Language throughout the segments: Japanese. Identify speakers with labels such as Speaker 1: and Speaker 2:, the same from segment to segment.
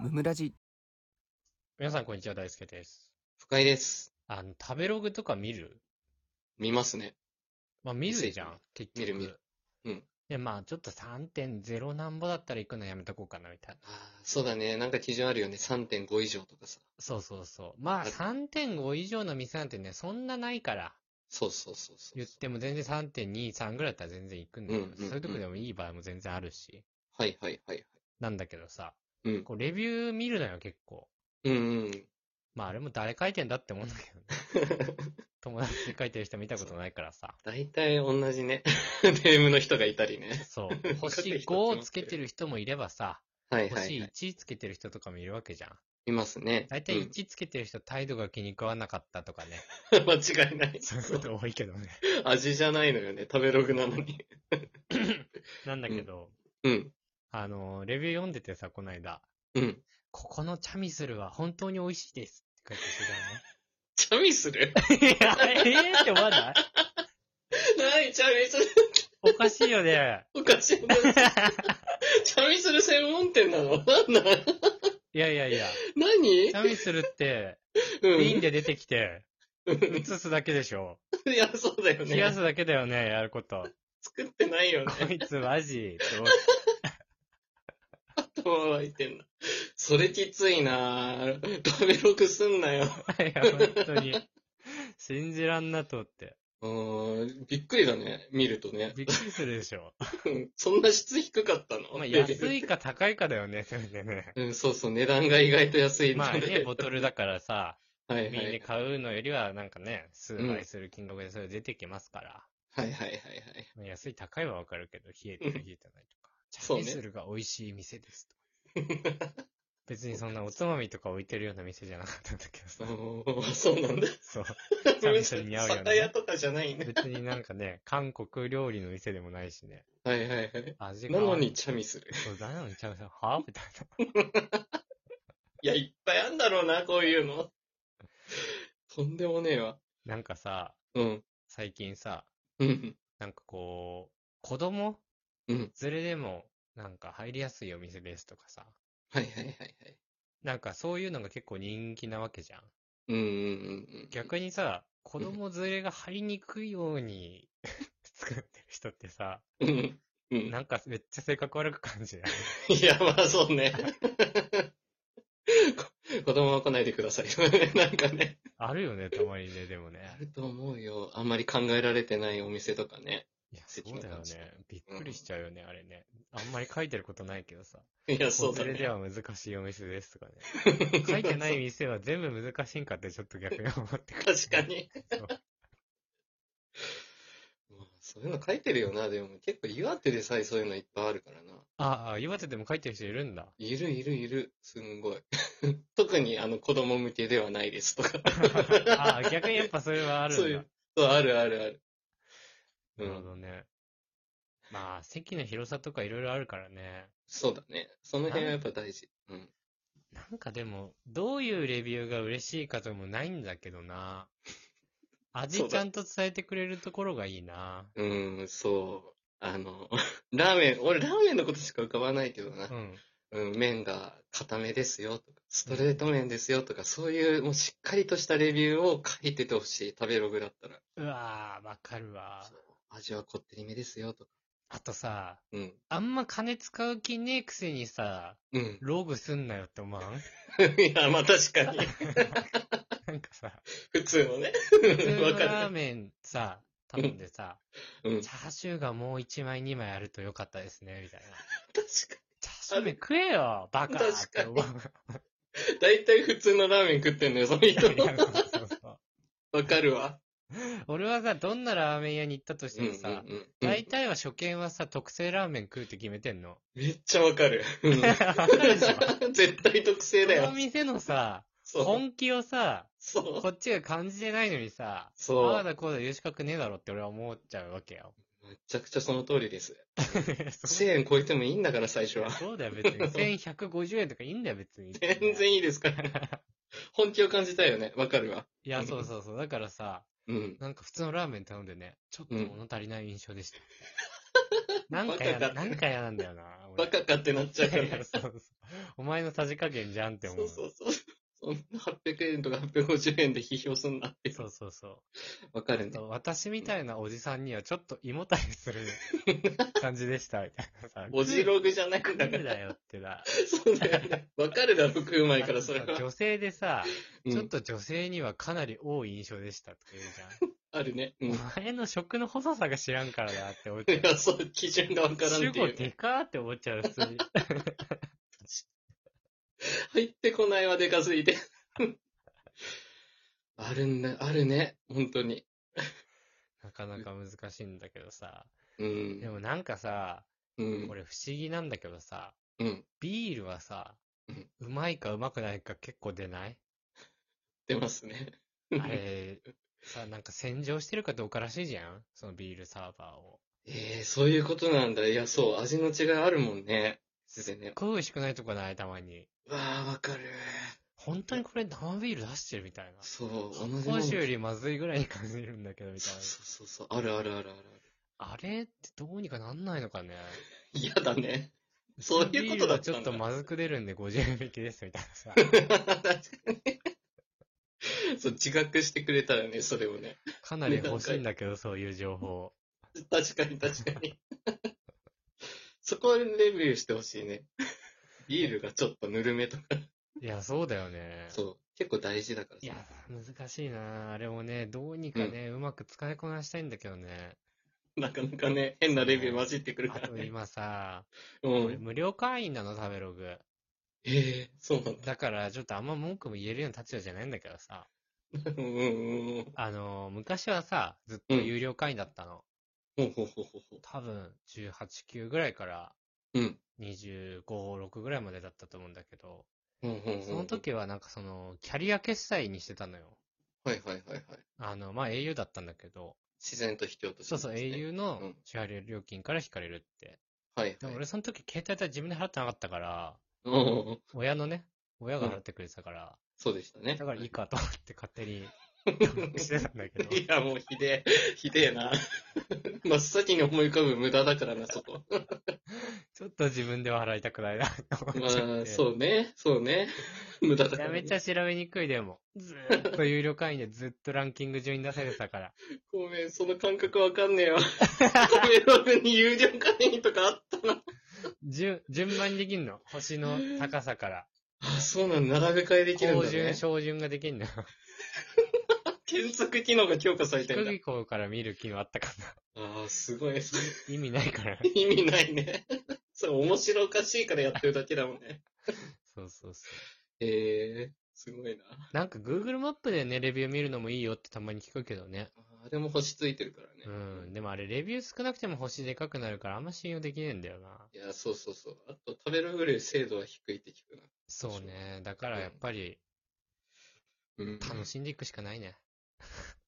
Speaker 1: ムムラジ
Speaker 2: 皆さん、こんにちは。大輔です。
Speaker 3: 不快です。
Speaker 2: あの、食べログとか見る
Speaker 3: 見ますね。
Speaker 2: まあ、見るじゃん、結局。
Speaker 3: 見る見る。うん。
Speaker 2: で、まあ、ちょっと3.0なんぼだったら行くのやめとこうかな、みたいな。
Speaker 3: ああ、そうだね。なんか基準あるよね。3.5以上とかさ。
Speaker 2: そうそうそう。まあ、
Speaker 3: はい
Speaker 2: 3.5以上の店なんてね、そんなないから。
Speaker 3: そうそうそうそう。
Speaker 2: 言っても全然3.2、3ぐらいだったら全然行くんだよ。
Speaker 3: うんうんうん
Speaker 2: そういうとこでもいい場合も全然あるし。
Speaker 3: はいはいはいはい。
Speaker 2: なんだけどさ、
Speaker 3: うん。
Speaker 2: こう、レビュー見るのよ、結構。
Speaker 3: うんうん。
Speaker 2: まあ、あれも誰書いてんだって思うんだけどね。友達で書いてる人見たことないからさ。
Speaker 3: 大体同じね。 ネームの人がいたりね。
Speaker 2: そう。星
Speaker 3: 書いてる人
Speaker 2: 5をつけてる人もいればさ、
Speaker 3: はいはい、は
Speaker 2: 星
Speaker 3: い。
Speaker 2: 1つけてる人とかもいるわけじゃん。
Speaker 3: いますね。
Speaker 2: 大体1つけてる人態度が気に食わなかったとか ね。
Speaker 3: うん間違いない。
Speaker 2: そういうこと多いけど ね。
Speaker 3: 味じゃないのよね。食べログなのに。
Speaker 2: なんだけど、
Speaker 3: うん。
Speaker 2: あの、レビュー読んでてさ、こないだ。
Speaker 3: うん。
Speaker 2: ここのチャミスルは本当に美味しいですって
Speaker 3: チャミスル
Speaker 2: 書いてる人がね。いや、ええって思わない
Speaker 3: ない、チャミスル。
Speaker 2: おかしいよね。
Speaker 3: おかしいな。 チャミスル専門店なの なんなん
Speaker 2: いやいやいや。
Speaker 3: 何
Speaker 2: チャミスルって、
Speaker 3: う
Speaker 2: 瓶
Speaker 3: ん。
Speaker 2: で出てきて、
Speaker 3: うん
Speaker 2: 移すだけでしょ。
Speaker 3: いや、そうだよ
Speaker 2: 冷や
Speaker 3: ね。
Speaker 2: すだけだよね、やる こと。
Speaker 3: 作ってないよね。
Speaker 2: こいつマジって思っ
Speaker 3: 頭湧いてんな。それきついなぁ。食べログすんなよ。
Speaker 2: た。いや、本当に。信じらんなと思って。
Speaker 3: うーん、びっくりだね。見るとね。
Speaker 2: びっくりするでしょ。
Speaker 3: うんそんな質低かったの、
Speaker 2: まあ、
Speaker 3: レベル
Speaker 2: 安いか高いかだよね、 それでね。
Speaker 3: うん、そうそう、値段が意外と安いん
Speaker 2: まあ
Speaker 3: だ
Speaker 2: ね、
Speaker 3: ね。
Speaker 2: ボトルだからさ、
Speaker 3: はい
Speaker 2: みん
Speaker 3: はい。は
Speaker 2: ないで買うのよりは、なんかね、数倍する金額でそれ出てきますから。
Speaker 3: はいはいはい。
Speaker 2: まあ安い高いはわかるけど、冷えてる冷えてないとか。チャ
Speaker 3: そう
Speaker 2: ミ
Speaker 3: ね
Speaker 2: スルが美味しい店ですと。 別にそんなおつまみとか置いてるような店じゃなかったんだけどさ。
Speaker 3: おーそうなんだ。
Speaker 2: そう。チャミスルに合う よ
Speaker 3: 酒屋
Speaker 2: ね。
Speaker 3: とかじゃないね。
Speaker 2: 別になんかね、 韓国料理の店でもないしね。
Speaker 3: はいはいはい。
Speaker 2: 味が
Speaker 3: な
Speaker 2: 合わ
Speaker 3: の
Speaker 2: ない。
Speaker 3: にチャミスル。
Speaker 2: そう、なのにチャミスル、はぁみたいな。
Speaker 3: いや、いっぱいあんだろうな、こういうの。とんでもねえわ。
Speaker 2: なんかさ、
Speaker 3: うん。
Speaker 2: 最近さ、
Speaker 3: うん。
Speaker 2: なんかこう、子供
Speaker 3: うん。
Speaker 2: 連れでも、なんか入りやすいお店ですとかさ、
Speaker 3: はいはいはいはい。
Speaker 2: なんかそういうのが結構人気なわけじゃん。
Speaker 3: うんうんうんうん。
Speaker 2: 逆にさ、子供連れが入りにくいように 作ってる人ってさ、
Speaker 3: うん。うん。
Speaker 2: なんかめっちゃ性格悪く感じない
Speaker 3: いや、まあそうね。 こ子供は来ないでください。 なんかね。
Speaker 2: あるよね、たまにね、で もね。
Speaker 3: あると思うよ。あんまり考えられてないお店とかね。
Speaker 2: いや、そ
Speaker 3: 素
Speaker 2: う
Speaker 3: 敵な
Speaker 2: だよ
Speaker 3: 感じ
Speaker 2: ね。びっくりしちゃうよね、あれね。あんまり書いてることないけどさ。
Speaker 3: いや、そう
Speaker 2: 子
Speaker 3: だ
Speaker 2: 連れで
Speaker 3: ね。
Speaker 2: は難しいお店ですとかね。 書いてない店は全部難しいんかってちょっと逆に思ってくる
Speaker 3: 確かに。
Speaker 2: そう
Speaker 3: まあそういうの書いてるよな。でも結構岩手でさえそういうのいっぱいあるからな。
Speaker 2: ああ、岩手でも書いてる人いる んだ。
Speaker 3: いるいるいる。すんごい。 特にあの子供向けではないですとか。
Speaker 2: ああ、逆にやっぱそれはあるんだ。
Speaker 3: そういうそう、あるあるある。う
Speaker 2: なるほ
Speaker 3: ん。
Speaker 2: どね。まあ、席の広さとかいろいろあるからね。
Speaker 3: そうだね。その辺はやっぱ大事。うん。
Speaker 2: なんかでも、どういうレビューが嬉しいかともないんだけどな。
Speaker 3: そ
Speaker 2: 味
Speaker 3: う
Speaker 2: ち
Speaker 3: だ
Speaker 2: ゃんと伝えてくれるところがいいな。
Speaker 3: うん、そう。あの、 ラーメン、俺ラーメンのことしか浮かばないけどな
Speaker 2: う。ん。
Speaker 3: うん、麺が固めですよとか、ストレート麺ですよとか、そういうもうしっかりとしたレビューを書いててほしい。食べログだったら。
Speaker 2: うわー、わかるわ
Speaker 3: そ。う味はこってりめですよとか。
Speaker 2: あとさ、
Speaker 3: うん。
Speaker 2: あんま金使う気ねえくせにさ、
Speaker 3: うん。
Speaker 2: ログすんなよって思わん
Speaker 3: いや、まあ確かに。
Speaker 2: なんかさ、
Speaker 3: 普通のね。
Speaker 2: 普通の
Speaker 3: わかる
Speaker 2: ラーメンさ、頼んでさ、
Speaker 3: うん。
Speaker 2: チ
Speaker 3: 確か
Speaker 2: ャーシューがもう1枚2枚あるとよかったですね、みたいな。 チャーシュー
Speaker 3: あれ
Speaker 2: 麺食えよ、バカ
Speaker 3: 確かに
Speaker 2: って思う
Speaker 3: に。だいたい普通のラーメン食ってんのよ、その人
Speaker 2: い。やそうそうそう
Speaker 3: わかるわ。
Speaker 2: 俺はさ、どんなラーメン屋に行ったとして
Speaker 3: うんうん
Speaker 2: もさ、
Speaker 3: うん。
Speaker 2: 大体は初見はさ、特製ラーメン食うって決めてんの。
Speaker 3: めっちゃわかる。うん
Speaker 2: わかるで しょ
Speaker 3: 絶対特性だ
Speaker 2: この
Speaker 3: よ。
Speaker 2: 店のさ、
Speaker 3: そう。
Speaker 2: 本気をさ、
Speaker 3: そう
Speaker 2: こ。っちが感じてないのにさ、
Speaker 3: そう。
Speaker 2: ああだこうだ言う資格ねえだろって俺は思っちゃうわけよ。
Speaker 3: めちゃくちゃその通りです。
Speaker 2: そう
Speaker 3: 1000円超えてもいいんだから、最初 は。
Speaker 2: そうだよ、別に。1150円とかいいんだよ、別に。
Speaker 3: 全然いいですから。本気を感じたいよね。わかるわ。
Speaker 2: いや、そうそうそう。だからさ、
Speaker 3: うん。
Speaker 2: なんか普通のラーメン頼んでね、ちょっと
Speaker 3: うん
Speaker 2: 物足りない印象でした。なんかや、
Speaker 3: バカ
Speaker 2: なんか嫌なんだよな。
Speaker 3: バカかってなっちゃうか
Speaker 2: 俺
Speaker 3: ら
Speaker 2: い。やいやそうそう。お前のさじ加減じゃんって思。
Speaker 3: そううそうそう。そんな800円とか850円で批評すんなって。
Speaker 2: そうそうそう
Speaker 3: わかるね。
Speaker 2: そう私みたいなおじさんにはちょっと胃もたれ する感じでした、みたいなさ。
Speaker 3: おじログじゃないん
Speaker 2: な
Speaker 3: だ
Speaker 2: ん
Speaker 3: か
Speaker 2: で
Speaker 3: ら。
Speaker 2: だよってな。
Speaker 3: そうだよ ね。わかるだろ、服うまいから、それ
Speaker 2: あとさ
Speaker 3: は。
Speaker 2: 女性でさ、
Speaker 3: うん
Speaker 2: ちょっと女性にはかなり多い印象でしたとか言う
Speaker 3: あるね。う
Speaker 2: じゃん。
Speaker 3: ん。
Speaker 2: お前の食の細さが知らんからだって思っ
Speaker 3: い
Speaker 2: ちゃう。
Speaker 3: や、そう、基準がわからんってい
Speaker 2: 主語
Speaker 3: う
Speaker 2: で
Speaker 3: ね。
Speaker 2: かーって思っちゃう、普通に。
Speaker 3: 入ってこないはでか すぎて。あるんだ、あるね。本当に。
Speaker 2: なかなか難しいんだけどさ。
Speaker 3: う
Speaker 2: で
Speaker 3: ん。
Speaker 2: もなんかさ、
Speaker 3: うん。
Speaker 2: 俺不思議なんだけどさ、
Speaker 3: うん。
Speaker 2: ビールはさ
Speaker 3: うん、
Speaker 2: うまいかうまくないか結構出ない
Speaker 3: 出ますね。
Speaker 2: あれ、さ、なんか洗浄してるかどうからしいじゃんそのビールサーバーを。
Speaker 3: ええそういうことなんだ。いや、そう、味の違いあるもんね。すでね。
Speaker 2: こう美味しくないとこないたまに。
Speaker 3: うわあ、わかる。
Speaker 2: 本当にこれ生ビール出してるみたいな。
Speaker 3: そう、同じも
Speaker 2: 今
Speaker 3: の。
Speaker 2: 週よりまずいぐらいに感じるんだけどみたい
Speaker 3: そ
Speaker 2: な
Speaker 3: う。そうそうそう、あるあるあるある。
Speaker 2: あれってどうにかなんないのかね。
Speaker 3: 嫌だね。そういうことだったんだ
Speaker 2: ビールはちょっとまずく出るんで50匹ですみたいなさ。
Speaker 3: 確かに。そう、自覚してくれたらね、それをね。
Speaker 2: かなり欲しいんだけど、そういう情報。
Speaker 3: 確かに、確かに。 そこはレビューしてほしいね。ビールがちょっとぬるめとか。
Speaker 2: いや、そうだよね。
Speaker 3: そう、結構大事だから
Speaker 2: いや
Speaker 3: さ。、
Speaker 2: 難しいな。あれをね、どうにかね、うまく使いこなしたいんだけどね。
Speaker 3: なかなかね、変なレビュー混じってくるか
Speaker 2: あ
Speaker 3: ら
Speaker 2: と
Speaker 3: ね。
Speaker 2: 今さ、
Speaker 3: う
Speaker 2: 俺
Speaker 3: ん。
Speaker 2: 無料会員なの、食べログ。
Speaker 3: ええそうなんだ。
Speaker 2: だから、ちょっとあんま文句も言えるような立場じゃないんだけどさ。
Speaker 3: うんうんうん。
Speaker 2: あの、昔はさ、ずっと有料会員だったの。
Speaker 3: ほうほうほうほうほ
Speaker 2: 多分、18、9ぐらいから、
Speaker 3: う。うん。
Speaker 2: 25、6ぐらいまでだったと思うんだけど、
Speaker 3: ほうほうほうほう
Speaker 2: その。時はなんかその、キャリア決済にしてたのよ。
Speaker 3: はいはいはいはい。
Speaker 2: あの、まあ、au だったんだけど、
Speaker 3: 自然と必要として
Speaker 2: そうそう、au の
Speaker 3: うん
Speaker 2: 支払い料金から引かれるって。
Speaker 3: はい
Speaker 2: で
Speaker 3: は
Speaker 2: も
Speaker 3: い。
Speaker 2: 俺その時携帯代自分で払ってなかったから、
Speaker 3: うんうんうん
Speaker 2: 親のね、親が払ってくれてたから、
Speaker 3: そうでしたね。
Speaker 2: だからいいかと思って勝手にし
Speaker 3: い
Speaker 2: てたんだけど、
Speaker 3: や、もうひでえ、ひでえな。真っ先に思い浮かぶ無駄だからな、そこ。
Speaker 2: ちょっと自分では払いたくないなと思
Speaker 3: ま
Speaker 2: っちゃって。
Speaker 3: あ、そうね、そうね。無駄だ
Speaker 2: めち
Speaker 3: か
Speaker 2: ゃ
Speaker 3: ら、
Speaker 2: め
Speaker 3: ね。
Speaker 2: ちゃ調べにくいでも。ずーっと有料会員でずっとランキング順に出されてたから。
Speaker 3: ごめん、その感覚わかんねえ わ。コメログに有料会員とかあったな。
Speaker 2: 順、順番にできんの。星の高さから。
Speaker 3: あ、そうなの、並べ替えできるん
Speaker 2: 高
Speaker 3: だ
Speaker 2: 順、
Speaker 3: ね。
Speaker 2: 小順ができんの。
Speaker 3: 検索機能が強化されてんだ
Speaker 2: 低。い方から見る機能あったか
Speaker 3: ああ、すごい。それ
Speaker 2: な。意味ないから。
Speaker 3: 意味ないね。それ面白おかしいからやってるだけだもんね。
Speaker 2: そうそうそ
Speaker 3: へえすごいな。
Speaker 2: う。なんか Google マップでね、レビュー見るのもいいよってたまに聞くけどね。
Speaker 3: あれも星ついてるからね。
Speaker 2: うん。でもあれ、レビュー少なくても星でかくなるからあんま信用できねえんだよな。
Speaker 3: いや、そうそうそう。あと、食べログより精度は低いって聞くな。
Speaker 2: そうね。だからやっぱり、
Speaker 3: うん
Speaker 2: 楽しんでいくしかないね。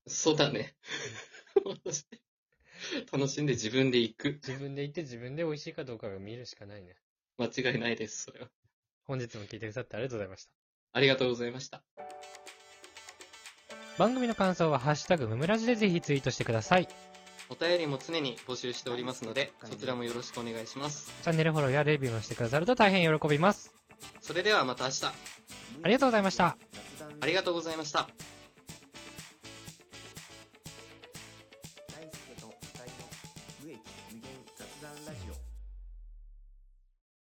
Speaker 3: そうだね。 楽しんで自分で行く。
Speaker 2: 自分で行って自分で美味しいかどうかが見るしかないね。
Speaker 3: 間違いないです、それは。
Speaker 2: 本日も聞いてくださってありがとうございました。
Speaker 3: ありがとうございました。
Speaker 2: 番組の感想はハッシュタグムムラジでぜひツイートしてください。チ
Speaker 3: お便りも常に募集しておりますので、そちらもよろしくお願いします。
Speaker 2: ャンネルフォローやレビューもしてくださると大変喜びます。
Speaker 3: それではまた明日、
Speaker 2: ありがとうございました。
Speaker 3: ありがとうございました。
Speaker 1: 大輔と二人の無益無限雑談ラジオ